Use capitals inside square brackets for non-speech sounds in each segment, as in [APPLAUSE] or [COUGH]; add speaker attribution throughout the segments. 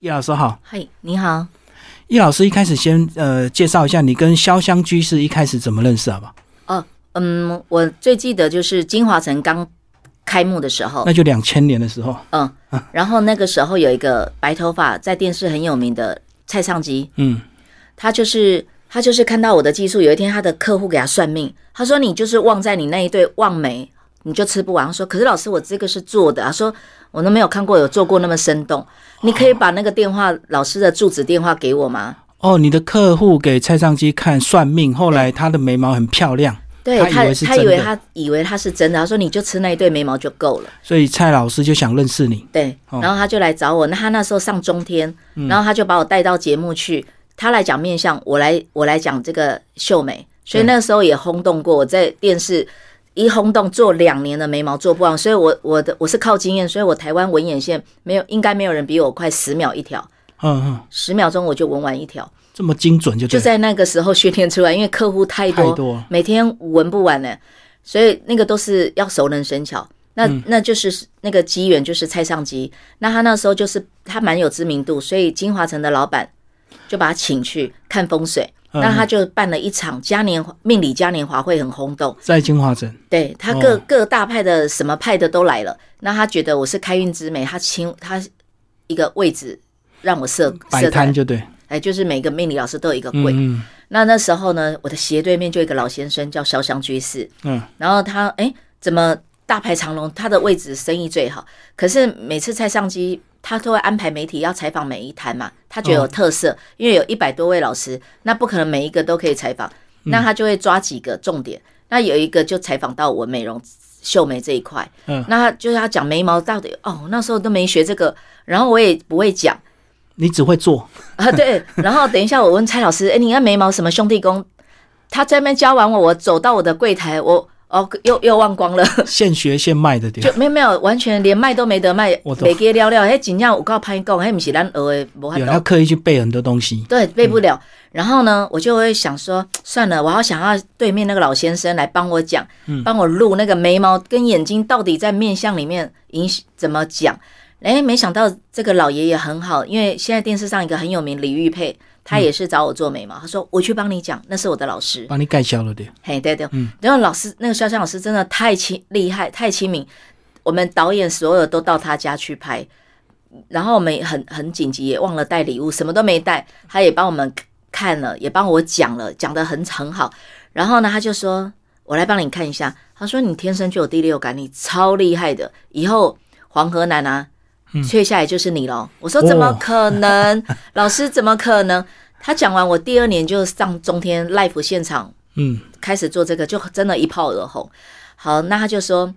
Speaker 1: 叶老师好，
Speaker 2: 嗨，你好。
Speaker 1: 叶老师一开始先呃介绍一下你跟潇湘居士一开始怎么认识好不好？
Speaker 2: 嗯，我最记得就是金华城刚开幕的时候，
Speaker 1: 那就两千年的时候，
Speaker 2: 嗯，然后那个时候有一个白头发在电视很有名的蔡尚基，
Speaker 1: 嗯，
Speaker 2: 他就是他就是看到我的技术，有一天他的客户给他算命，他说你就是旺在你那一对望梅，你就吃不完。他说可是老师我这个是做的，他说我都没有看过有做过那么生动，你可以把那个电话老师的住址电话给我吗？
Speaker 1: 哦，你的客户给蔡尚基看算命，后来他的眉毛很漂亮，
Speaker 2: 对
Speaker 1: 他以
Speaker 2: 他
Speaker 1: 为是，
Speaker 2: 他
Speaker 1: 真
Speaker 2: 以为
Speaker 1: 的
Speaker 2: 他以为他是真的，他说你就吃那一对眉毛就够了。
Speaker 1: 所以蔡老师就想认识你。
Speaker 2: 对，
Speaker 1: 哦
Speaker 2: 然后他就来找我。那他那时候上中天，然后他就把我带到节目去，他来讲面相，我来我来讲这个秀美，所以那时候也轰动过。我在电视一轰动做两年的眉毛做不完，所以我我的我是靠经验，所以我台湾纹眼线没有应该没有人比我快十秒一条，
Speaker 1: 嗯嗯，
Speaker 2: 十秒钟我就纹完一条，
Speaker 1: 这么精准就
Speaker 2: 就
Speaker 1: 对了，
Speaker 2: 在那个时候训练出来，因为客户太多，
Speaker 1: 太多了
Speaker 2: 每天纹不完呢、所以那个都是要熟能生巧。那、
Speaker 1: 嗯
Speaker 2: 那就是那个机缘，就是蔡尚基。那他那时候就是他蛮有知名度，所以金华城的老板就把他请去看风水。
Speaker 1: 嗯
Speaker 2: 那他就办了一场嘉年华命理嘉年华会，很轰动。
Speaker 1: 在金华镇。
Speaker 2: 对他各、
Speaker 1: 哦
Speaker 2: 各大派的什么派的都来了。那他觉得我是开运之美，他请他一个位置让我设
Speaker 1: 摆
Speaker 2: 设
Speaker 1: 摊
Speaker 2: 摊，
Speaker 1: 就对，
Speaker 2: 哎，就是每个命理老师都有一个
Speaker 1: 嗯
Speaker 2: 柜。
Speaker 1: 嗯
Speaker 2: 那那时候呢，我的斜对面就有一个老先生叫潇湘居士，
Speaker 1: 嗯，
Speaker 2: 然后他哎、怎么大排长龙？他的位置生意最好，可是每次蔡尚基他都会安排媒体要采访每一摊嘛，他觉得有特色，因为有一百多位老师，那不可能每一个都可以采访，那他就会抓几个重点，那有一个就采访到我美容。秀眉这一块，
Speaker 1: 嗯
Speaker 2: 那他就是他讲眉毛到底哦，那时候都没学这个，然后我也不会讲，
Speaker 1: 你只会
Speaker 2: [LAUGHS]
Speaker 1: 做，
Speaker 2: 啊，对。然后等一下，我问蔡老师，哎，你那眉毛什么兄弟工？他在那边教完我，我走到我的柜台，我哦，又又忘
Speaker 1: [LAUGHS]
Speaker 2: 光了，
Speaker 1: 现学现卖的对
Speaker 2: 就。没有没有，完全连卖都没得卖
Speaker 1: 我，懂
Speaker 2: 没给聊聊。哎，尽量我告潘讲，哎，不是咱学的，无法
Speaker 1: 有
Speaker 2: 懂
Speaker 1: 要。刻意去背很多东西，
Speaker 2: 对，背不了。然后呢，我就会想说，算了，我好想要对面那个老先生来帮我讲，帮我录那个眉毛跟眼睛到底在面相里面影响怎么讲。哎，没想到这个老爷爷很好，因为现在电视上一个很有名李玉佩，他也是找我做眉毛，他说我去帮你讲，那是我的老师。
Speaker 1: 帮你盖销了对。
Speaker 2: 嘿，对对，然后老师那个肖像老师真的太亲厉害，太亲民。我们导演所有都到他家去拍，然后我们也很很紧急，也忘了带礼物，什么都没带，他也帮我们看了，也帮我讲了，讲得很很好。然后呢，他就说：“我来帮你看一下。”他说：“你天生就有第六感，你超厉害的，以后黄河南啊，退下来就是你喽。”我说：“
Speaker 1: 哦
Speaker 2: 怎么可能？ [LAUGHS] 老师怎么可能？”他讲完，我第二年就上中天 live 现场
Speaker 1: 嗯，
Speaker 2: 开始做这个，就真的一炮而红。好，那他就说：“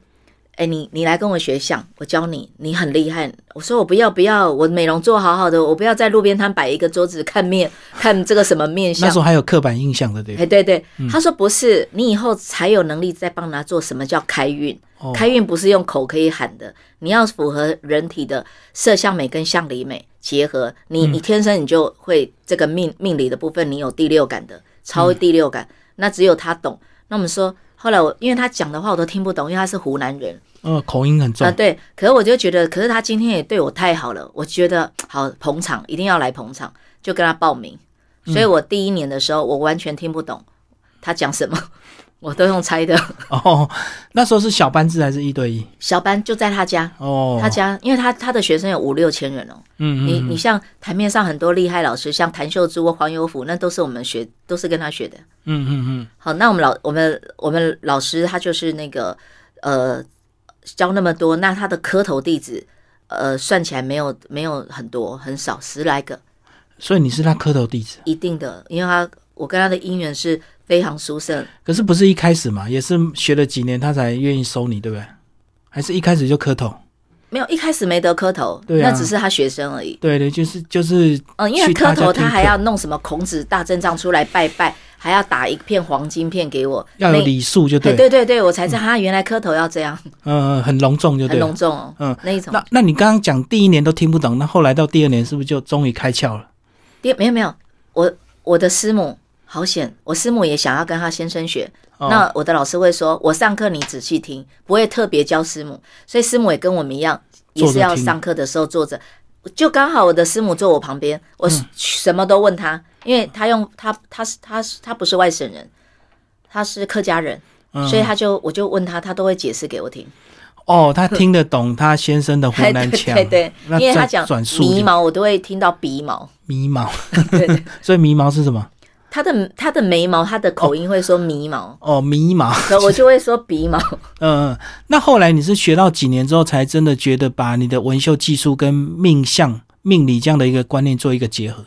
Speaker 2: 哎、你你来跟我学相，我教你，你很厉害。”我说：“我不要不要，我美容做好好的，我不要在路边摊摆一个桌子看面看这个什么面
Speaker 1: 那
Speaker 2: 相
Speaker 1: 时。候还有刻板印象的对。嗯
Speaker 2: 哎，对对，他说不是，你以后才有能力再帮他做什么叫开运。
Speaker 1: 哦
Speaker 2: 开运不是用口可以喊的，你要符合人体的色相美跟相理美结合。你
Speaker 1: 嗯
Speaker 2: 你天生你就会这个命命理的部分，你有第六感的，
Speaker 1: 嗯
Speaker 2: 超第六感，那只有他懂。那我们说，后来我因为他讲的话我都听不懂，因为他是湖南人，
Speaker 1: 呃，口音很重
Speaker 2: 啊，。对，可是我就觉得，可是他今天也对我太好了，我觉得好捧场，一定要来捧场，就跟他报名。
Speaker 1: 嗯
Speaker 2: 所以我第一年的时候，我完全听不懂他讲什么， [LAUGHS] 我都用猜的。
Speaker 1: 哦，那时候是小班制还是一对一？
Speaker 2: 小班就在他家，
Speaker 1: 哦，
Speaker 2: 他家，因为他他的学生有五六千人哦。
Speaker 1: 嗯
Speaker 2: 你你像台面上很多厉害老师，像谭秀珠、黄有甫，那都是我们学，都是跟他学的。
Speaker 1: 嗯嗯
Speaker 2: 好，那我们老我们我们老师他就是那个呃教那么多，那他的磕头弟子呃算起来没有没有很多，很少十来个，
Speaker 1: 嗯，所以你是他磕头弟子，
Speaker 2: 一定的，因为他我跟他的姻缘是非常殊胜，
Speaker 1: 可是不是一开始嘛，也是学了几年他才愿意收你，对不对？还是一开始就磕头？
Speaker 2: 没有一开始没得磕头，
Speaker 1: 对啊
Speaker 2: 那只是他学生而已。
Speaker 1: 对对，就是就是，
Speaker 2: 嗯、因为
Speaker 1: 去
Speaker 2: 磕
Speaker 1: 他家
Speaker 2: 头
Speaker 1: 听
Speaker 2: 他还
Speaker 1: 课
Speaker 2: 要弄什么孔子大阵仗出来拜拜，还要打一片黄金片给我，
Speaker 1: 要有
Speaker 2: 那
Speaker 1: 礼数就
Speaker 2: 哎
Speaker 1: 对，
Speaker 2: 对对对，我才知道他原来磕头要这样，
Speaker 1: 嗯、呃，很隆重就
Speaker 2: 很
Speaker 1: 对了。
Speaker 2: 隆重哦，
Speaker 1: 嗯
Speaker 2: 那一种。
Speaker 1: 那那你刚刚讲第一年都听不懂，那后来到第二年是不是就终于开窍了？
Speaker 2: 爹，没有没有，我我的师母好险，我师母也想要跟她先生学。
Speaker 1: 哦
Speaker 2: 那我的老师会说，我上课你仔细听，不会特别教师母，所以师母也跟我们一样，也
Speaker 1: 坐着
Speaker 2: 是要
Speaker 1: 听
Speaker 2: 上课的时候坐着。就刚好我的师母坐我旁边，我
Speaker 1: 嗯
Speaker 2: 什么都问他，因为他用他他是他是他不是外省人，他是客家人，
Speaker 1: 嗯
Speaker 2: 所以他就我就问他，他都会解释给我听。
Speaker 1: 哦，他听得懂他先生的湖南腔，
Speaker 2: [LAUGHS] 对对
Speaker 1: 那
Speaker 2: 对，因为他
Speaker 1: 再
Speaker 2: 讲
Speaker 1: 转述
Speaker 2: 迷
Speaker 1: 就
Speaker 2: 毛，我都会听到鼻毛。
Speaker 1: 迷茫， [LAUGHS]
Speaker 2: 对对，
Speaker 1: 所以迷茫是什么？
Speaker 2: 他的他的眉毛，他的口音会说迷
Speaker 1: [LAUGHS]
Speaker 2: 毛，
Speaker 1: 哦，迷茫，
Speaker 2: 可我就会说鼻毛。 [LAUGHS]
Speaker 1: 嗯，嗯那后来你是学到几年之后，才真的觉得把你的文绣技术跟命相、命理这样的一个观念做一个结合？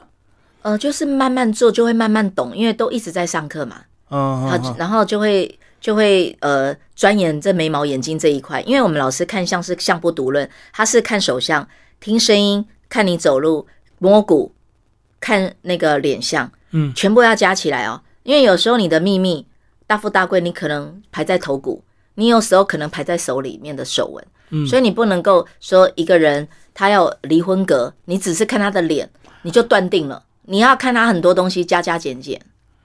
Speaker 2: 呃，就是慢慢做就会慢慢懂，因为都一直在上课嘛。
Speaker 1: 嗯，
Speaker 2: 他
Speaker 1: 嗯嗯
Speaker 2: 然后就会就会呃钻研这眉毛眼睛这一块，因为我们老师看相是相不独论，他是看手相、听声音、看你走路、摸骨、看那个脸相，
Speaker 1: 嗯，
Speaker 2: 全部要加起来哦。因为有时候你的秘密大富大贵，你可能排在头骨，你有时候可能排在手里面的手纹，
Speaker 1: 嗯
Speaker 2: 所以你不能够说一个人他要离婚格，你只是看他的脸你就断定了，你要看他很多东西加加减减。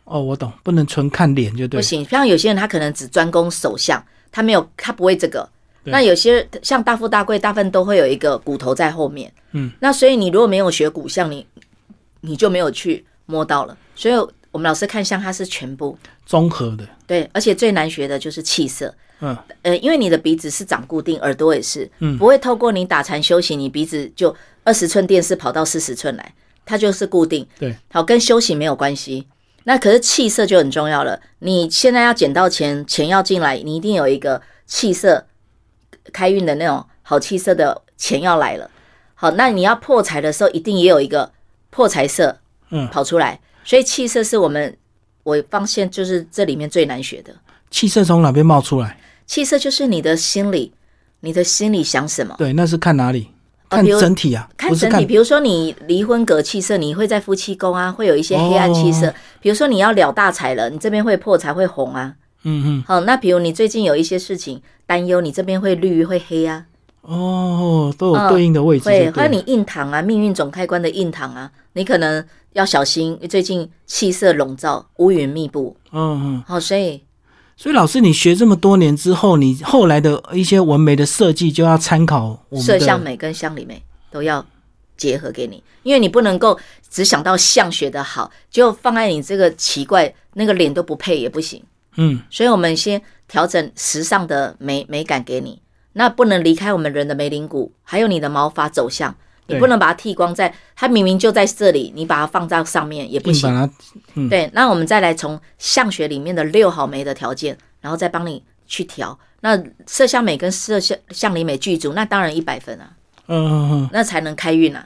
Speaker 1: 哦，我懂，不能纯看脸就对
Speaker 2: 不。行。像有些人他可能只专攻手相，他没有他不会这个。
Speaker 1: 对
Speaker 2: 那有些像大富大贵，大部分都会有一个骨头在后面。
Speaker 1: 嗯，
Speaker 2: 那所以你如果没有学骨相，你你就没有去摸到了。所以我们老师看相，它是全部
Speaker 1: 综合的，
Speaker 2: 对，而且最难学的就是气色。
Speaker 1: 嗯，
Speaker 2: 呃，因为你的鼻子是长固定，耳朵也是，
Speaker 1: 嗯
Speaker 2: 不会透过你打禅修行，你鼻子就二十寸电视跑到四十寸来，它就是固定。
Speaker 1: 对，
Speaker 2: 好，跟修行没有关系。那可是气色就很重要了。你现在要捡到钱，钱要进来，你一定有一个气色开运的那种好气色的钱要来了。好，那你要破财的时候，一定也有一个破财色，
Speaker 1: 嗯
Speaker 2: 跑出来。所以气色是我们我发现就是这里面最难学的。
Speaker 1: 气色从哪边冒出来？
Speaker 2: 气色就是你的心理，你的心里想什么？
Speaker 1: 对，那是看哪里？看
Speaker 2: 哦比如
Speaker 1: 整体啊，
Speaker 2: 看
Speaker 1: 不是
Speaker 2: 整体，比如说你离婚隔气色，你会在夫妻宫啊，会有一些黑暗气色。
Speaker 1: 哦
Speaker 2: 比如说你要了大财了，你这边会破财会红啊。
Speaker 1: 嗯嗯，
Speaker 2: 好，那比如你最近有一些事情担忧，你这边会绿会黑啊，
Speaker 1: 哦，都有
Speaker 2: 嗯
Speaker 1: 对应的位置就对
Speaker 2: 会
Speaker 1: 了，
Speaker 2: 或者你印堂啊，命运总开关的印堂啊，你可能要小心，最近气色笼罩，乌云密布。
Speaker 1: 嗯嗯。
Speaker 2: 好，所以
Speaker 1: 所以老师，你学这么多年之后，你后来的一些纹眉的设计就要参考我们
Speaker 2: 色
Speaker 1: 的
Speaker 2: 相美跟相里美都要结合给你，因为你不能够只想到相学的好，就放在你这个奇怪那个脸都不配也不行。
Speaker 1: 嗯，
Speaker 2: 所以我们先调整时尚的美美感给你，那不能离开我们人的眉棱骨，还有你的毛发走向，你
Speaker 1: 对
Speaker 2: 不能把它剃光在，它明明就在这里，你把它放到上面也不
Speaker 1: 并把
Speaker 2: 行。
Speaker 1: 它嗯
Speaker 2: 对，那我们再来从相学里面的六好眉的条件，然后再帮你去调。那色相美跟色相相里美剧组，那当然一百分啊，
Speaker 1: 嗯嗯嗯
Speaker 2: 那才能开运啊。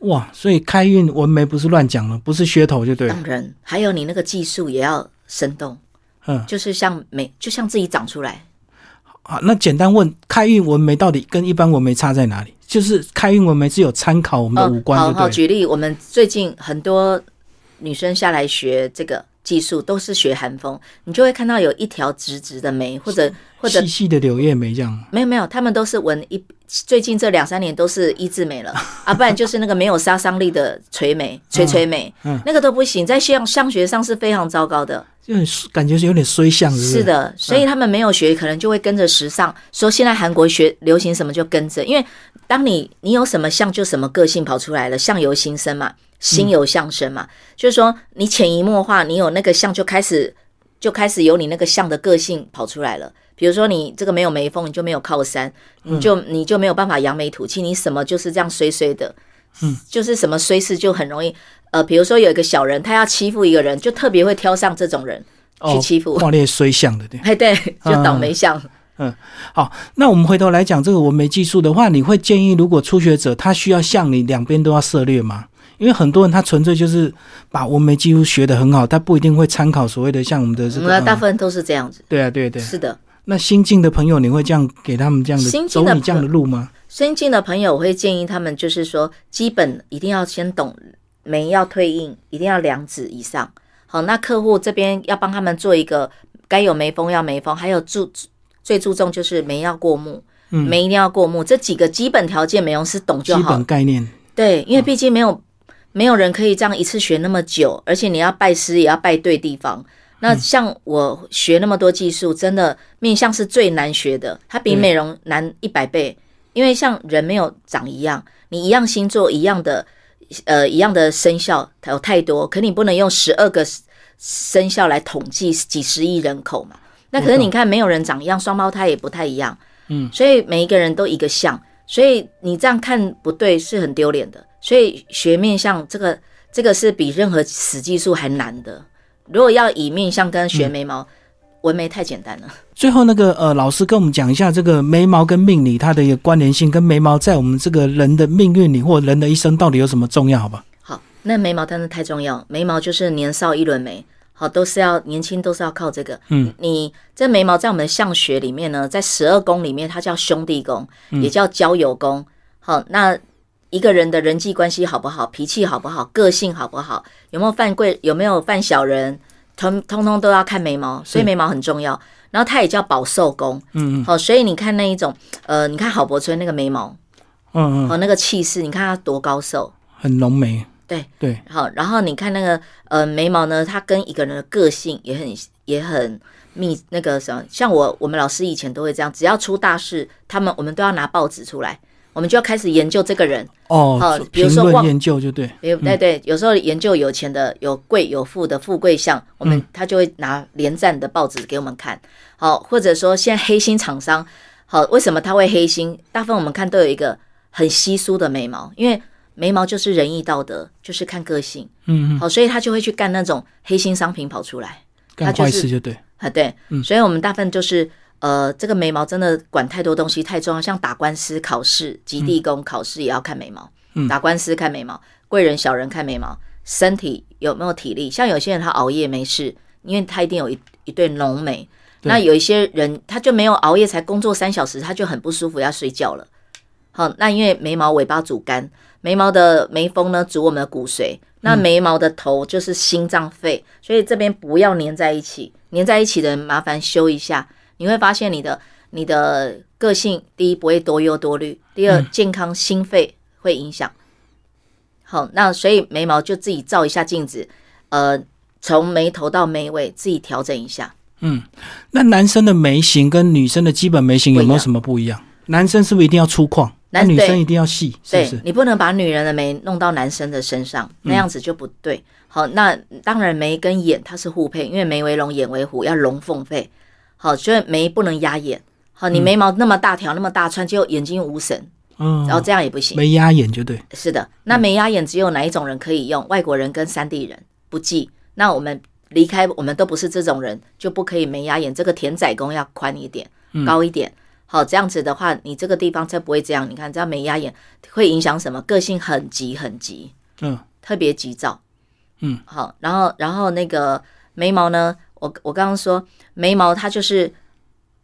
Speaker 1: 哇，所以开运纹眉不是乱讲了，不是噱头就对了。
Speaker 2: 当然，还有你那个技术也要生动，
Speaker 1: 嗯，
Speaker 2: 就是像美，就像自己长出来。
Speaker 1: 好，那简单问，开运纹眉到底跟一般纹眉差在哪里？就是开运纹眉是有参考我们的五官
Speaker 2: 哦嗯好
Speaker 1: 就
Speaker 2: 好
Speaker 1: 对了。
Speaker 2: 举例，我们最近很多女生下来学这个技术，都是学韩风，你就会看到有一条直直的眉，或者或者
Speaker 1: 细细的柳叶眉这样，
Speaker 2: 没有没有，他们都是纹一，最近这两三年都是一字眉了啊，不然就是那个没有杀伤力的垂眉、垂垂眉，
Speaker 1: 嗯
Speaker 2: 那个都不行，在相相学上是非常糟糕的。
Speaker 1: 就很感觉是有点衰相，是不嗯
Speaker 2: 是的，所以他们没有学，可能就会跟着时尚，说现在韩国学流行什么就跟着，因为当你你有什么像就什么个性跑出来了，相由心生
Speaker 1: 嗯
Speaker 2: 嘛，心由相生嘛，就是说你潜移默化，你有那个像就开始就开始有你那个像的个性跑出来了。比如说你这个没有眉峰，你就没有靠山，
Speaker 1: 嗯
Speaker 2: 你就你就没有办法扬眉吐气，你什么就是这样衰衰的，嗯，就是什么衰事就很容易。呃，比如说有一个小人，他要欺负一个人，就特别会挑上这种人
Speaker 1: 哦
Speaker 2: 去欺负。
Speaker 1: 画列衰相的对。
Speaker 2: [LAUGHS] 哎，对，就
Speaker 1: 嗯
Speaker 2: 倒霉相。
Speaker 1: 好，那我们回头来讲这个纹眉技术的话，你会建议如果初学者他需要像你两边都要涉猎吗？因为很多人他纯粹就是把纹眉技术学得很好，他不一定会参考所谓的像我们的这
Speaker 2: 我
Speaker 1: 个。
Speaker 2: 们
Speaker 1: 嗯
Speaker 2: 大部分都是这样子。
Speaker 1: 对啊，对啊对啊。
Speaker 2: 是的，
Speaker 1: 那新进的朋友，你会这样给他们这样的
Speaker 2: 新进
Speaker 1: 走
Speaker 2: 的
Speaker 1: 你这样的路吗？
Speaker 2: 新进的朋友我会建议他们，就是说基本一定要先懂眉要退印，一定要两指以上。好，那客户这边要帮他们做一个该有眉峰要眉峰，还有注最注重就是眉要过目，
Speaker 1: 嗯
Speaker 2: 眉一定要过目，这几个基本条件美容师懂
Speaker 1: 基
Speaker 2: 就好
Speaker 1: 本。概念。
Speaker 2: 对，因为毕竟没有、没有人可以这样一次学那么久，而且你要拜师也要拜对地方。那像我学那么多技术，真的面相是最难学的，它比
Speaker 1: 对
Speaker 2: 美容难一百倍。因为像人没有长一样，你一样星座、一样的呃一样的生肖有太多，可你不能用十二个生肖来统计几十亿人口嘛。那可是你看，没有人长一样，双胞胎也不太一样，
Speaker 1: 嗯，
Speaker 2: 所以每一个人都一个像，所以你这样看不对是很丢脸的。所以学面相这个这个是比任何死技术还难的。如果要以面相跟学眉毛，纹眉太简单了。
Speaker 1: 最后那个呃，老师跟我们讲一下这个眉毛跟命理它的一个关联性，跟眉毛在我们这个人的命运里或人的一生到底有什么重要？好吧？
Speaker 2: 好，那眉毛真的太重要，眉毛就是年少一轮眉，好都是要年轻都是要靠这个。
Speaker 1: 嗯，
Speaker 2: 你这眉毛在我们相学里面呢，在十二宫里面，它叫兄弟宫，
Speaker 1: 嗯
Speaker 2: 也叫交友宫。好，那一个人的人际关系好不好，脾气好不好，个性好不好，有没有犯贵，有没有犯小人，通通通都要看眉毛，所以眉毛很重要。然后它也叫保寿宫，
Speaker 1: 嗯
Speaker 2: 好，所以你看那一种，呃，你看郝柏村那个眉毛，
Speaker 1: 嗯嗯，
Speaker 2: 哦，那个气势，你看他多高瘦，
Speaker 1: 很浓眉。
Speaker 2: 对
Speaker 1: 对，
Speaker 2: 好，然后你看那个呃眉毛呢，它跟一个人的个性也很也很密，那个什么，像我我们老师以前都会这样，只要出大事，他们我们都要拿报纸出来，我们就要开始研究这个人，好
Speaker 1: 哦，
Speaker 2: 比如
Speaker 1: 评
Speaker 2: 说
Speaker 1: 论
Speaker 2: 忘
Speaker 1: 研究就对，
Speaker 2: 对对对，有时候研究有钱的、有贵有富的富贵相，我们他就会拿连战的报纸给我们看。好，或者说现在黑心厂商，好，为什么他会黑心？大部分我们看都有一个很稀疏的眉毛，因为眉毛就是仁义道德，就是看个性。
Speaker 1: 嗯嗯，
Speaker 2: 好，所以他就会去干那种黑心商品跑出来
Speaker 1: 干
Speaker 2: 他就
Speaker 1: 坏
Speaker 2: 是
Speaker 1: 事就对。
Speaker 2: 啊，对，
Speaker 1: 嗯
Speaker 2: 所以我们大部分就是呃，这个眉毛真的管太多东西太重要，像打官司、考试、及地宫考试也要看眉毛，
Speaker 1: 嗯
Speaker 2: 打官司看眉毛，贵人小人看眉毛，身体有没有体力，像有些人他熬夜没事，因为他一定有一一对浓眉。
Speaker 1: 对
Speaker 2: 那有一些人他就没有熬夜，才工作三小时，他就很不舒服，要睡觉了。好，那因为眉毛尾巴主肝，眉毛的眉峰呢主我们的骨髓，那眉毛的头就是心脏肺，所以这边不要粘在一起，粘在一起的人麻烦修一下，你会发现你的你的个性，第一不会多忧多虑，第二健康心肺会影响。好，那所以眉毛就自己照一下镜子，呃，从眉头到眉尾自己调整一下。
Speaker 1: 那男生的眉形跟女生的基本眉形有没有什么不一样？男生是不是一定要粗犷？那
Speaker 2: 男
Speaker 1: 女
Speaker 2: 对
Speaker 1: 生一定要细，是不
Speaker 2: 对
Speaker 1: 是？嗯
Speaker 2: 你不能把女人的眉弄到男生的身上，那样子就不对。好，那当然眉跟眼它是互配，因为眉为龙，眼为虎，要龙凤配。好，所以眉不能压眼。好，你眉毛那么大条，那么大串，结果眼睛无神，
Speaker 1: 嗯，
Speaker 2: 然后这样也不行。
Speaker 1: 眉压眼就对。
Speaker 2: 是的，那眉压眼只有哪一种人可以用？外国人跟山地人不计。那我们离开，我们都不是这种人，就不可以眉压眼。这个田仔宫要宽一点，高一点。好，这样子的话，你这个地方才不会这样。你看，这样眉压眼会影响什么？个性很急，很急，
Speaker 1: 嗯，
Speaker 2: 特别急躁。
Speaker 1: 嗯，
Speaker 2: 好，然后然后那个眉毛呢？我我刚刚说眉毛它就是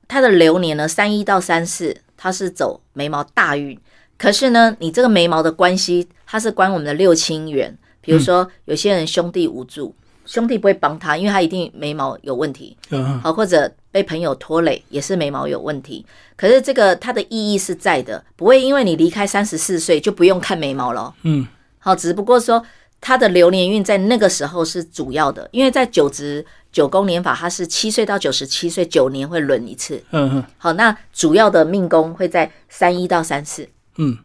Speaker 2: 它的流年呢，三一到三四，它是走眉毛大运。可是呢，你这个眉毛的关系，它是关我们的六亲缘。比如说，
Speaker 1: 嗯
Speaker 2: 有些人兄弟无助，兄弟不会帮他，因为他一定眉毛有问题。
Speaker 1: 嗯，
Speaker 2: 好，或者被朋友拖累，也是眉毛有问题。可是这个它的意义是在的，不会因为你离开三十四岁就不用看眉毛了。哦
Speaker 1: 嗯，
Speaker 2: 好，只不过说它的流年运在那个时候是主要的，因为在九值九宫年法，它是七岁到九十七岁九年会轮一次。
Speaker 1: 嗯嗯
Speaker 2: 好，那主要的命宫会在三一到三四。
Speaker 1: 嗯。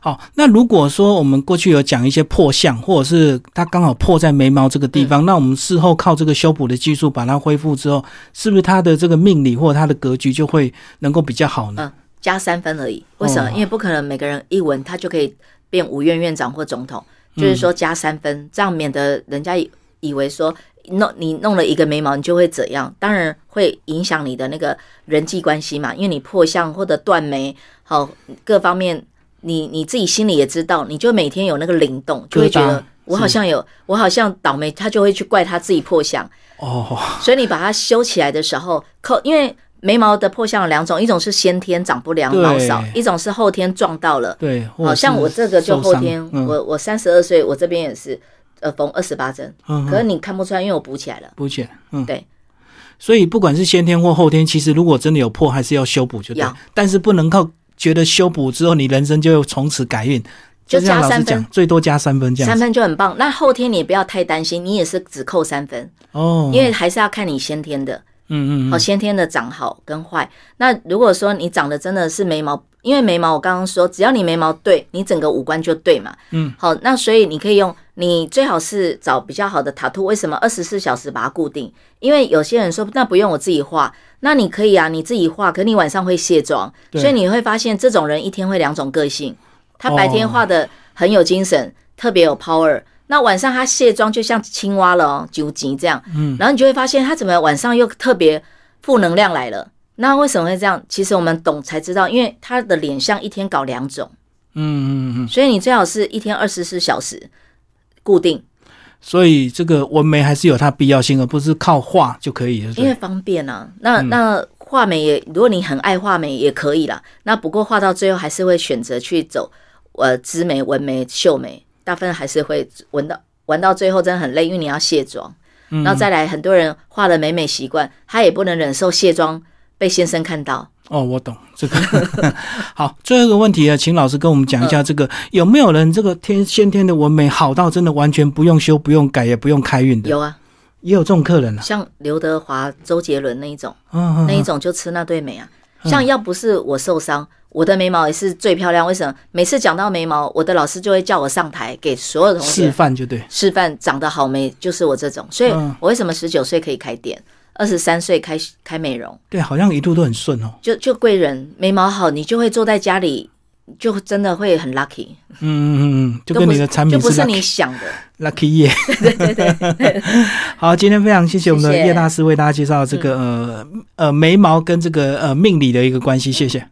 Speaker 1: 好，那如果说我们过去有讲一些破相，或者是它刚好破在眉毛这个地方，
Speaker 2: 嗯
Speaker 1: 那我们事后靠这个修补的技术把它恢复之后，是不是它的这个命理或者它的格局就会能够比较好呢？
Speaker 2: 嗯，加三分而已。为什么？
Speaker 1: 哦
Speaker 2: 因为不可能每个人一闻他就可以变五院院长或总统，就是说加三分，这样免得人家以以为说弄你弄了一个眉毛你就会怎样，当然会影响你的那个人际关系嘛，因为你破相或者断眉，好各方面。你你自己心里也知道，你就每天有那个灵动，就会觉
Speaker 1: 疙瘩
Speaker 2: 得我好像有，我好像倒霉，他就会去怪他自己破相，
Speaker 1: 哦，
Speaker 2: 所以你把它修起来的时候，扣，因为眉毛的破相有两种，一种是先天长不良
Speaker 1: 对
Speaker 2: 毛少，一种是后天撞到了。
Speaker 1: 对，或者
Speaker 2: 好像
Speaker 1: 是
Speaker 2: 我这个就
Speaker 1: 受
Speaker 2: 后
Speaker 1: 伤
Speaker 2: 天，
Speaker 1: 嗯、
Speaker 2: 我我三十二岁，我这边也是，呃，缝二十八针，
Speaker 1: 嗯
Speaker 2: 可是你看不出来，因为我补起来了。
Speaker 1: 补起来，嗯，
Speaker 2: 对。
Speaker 1: 所以不管是先天或后天，其实如果真的有破，还是要修补就对
Speaker 2: 要。
Speaker 1: 但是不能靠觉得修补之后，你人生就从此改运。
Speaker 2: 就
Speaker 1: 像
Speaker 2: 加
Speaker 1: 老师
Speaker 2: 三分
Speaker 1: 讲，最多加三分这样
Speaker 2: 三
Speaker 1: 子。
Speaker 2: 分就很棒，那后天你也不要太担心，你也是只扣三分，
Speaker 1: 哦，
Speaker 2: 因为还是要看你先天的。
Speaker 1: 嗯嗯
Speaker 2: 好先天的长好跟坏。那如果说你长得真的是眉毛，因为眉毛我刚刚说，只要你眉毛对，你整个五官就对嘛。
Speaker 1: 嗯，
Speaker 2: 好，那所以你可以用，你最好是找比较好的塔兔。为什么二十四小时把它固定？因为有些人说那不用我自己画，那你可以啊，你自己画，可你晚上会卸妆，
Speaker 1: 对
Speaker 2: 所以你会发现这种人一天会两种个性，他白天
Speaker 1: 哦
Speaker 2: 画的很有精神，特别有 power。那晚上他卸妆就像青蛙了哦，九级这样，
Speaker 1: 嗯，
Speaker 2: 然后你就会发现他怎么晚上又特别负能量来了。那为什么会这样？其实我们懂才知道，因为他的脸像一天搞两种，
Speaker 1: 嗯嗯嗯嗯，
Speaker 2: 所以你最好是一天二十四小时固定，
Speaker 1: 所以这个纹眉还是有它必要性，而不是靠画就可以了。
Speaker 2: 因为
Speaker 1: 对
Speaker 2: 方便啊。那那画眉也，如果你很爱画眉也可以啦。那不过画到最后还是会选择去走呃织眉、纹眉、绣眉，大部分还是会纹到玩到最后真的很累，因为你要卸妆。然后再来，很多人画的美美习惯，他也不能忍受卸妆被先生看到。
Speaker 1: 哦，我懂这个。好，最后一个问题啊，请老师跟我们讲一下，这个、有没有人这个天先天的纹眉好到真的完全不用修、不用改、也不用开运的？
Speaker 2: 有啊，
Speaker 1: 也有这种客人啊。
Speaker 2: 像刘德华、周杰伦那一种，
Speaker 1: 嗯嗯
Speaker 2: 那一种就吃那对美啊。像要不是我受伤，我的眉毛也是最漂亮。为什么？每次讲到眉毛，我的老师就会叫我上台给所有同
Speaker 1: 示
Speaker 2: 学
Speaker 1: 范就对。
Speaker 2: 示范长得好眉，就是我这种。所以
Speaker 1: 嗯
Speaker 2: 我为什么十九岁可以开店，二十三岁开开美容，
Speaker 1: 对，好像一路都很顺哦。
Speaker 2: 就就贵人眉毛好，你就会坐在家里，就真的会很 lucky，
Speaker 1: 嗯嗯嗯嗯，就跟
Speaker 2: 都不
Speaker 1: 你的产品
Speaker 2: 就不
Speaker 1: 是
Speaker 2: 是你
Speaker 1: lucky
Speaker 2: 想的。
Speaker 1: lucky 耶。好，今天非常谢谢我们的
Speaker 2: 谢谢
Speaker 1: 叶大师为大家介绍这个呃呃眉毛跟这个呃命理的一个关系，谢谢。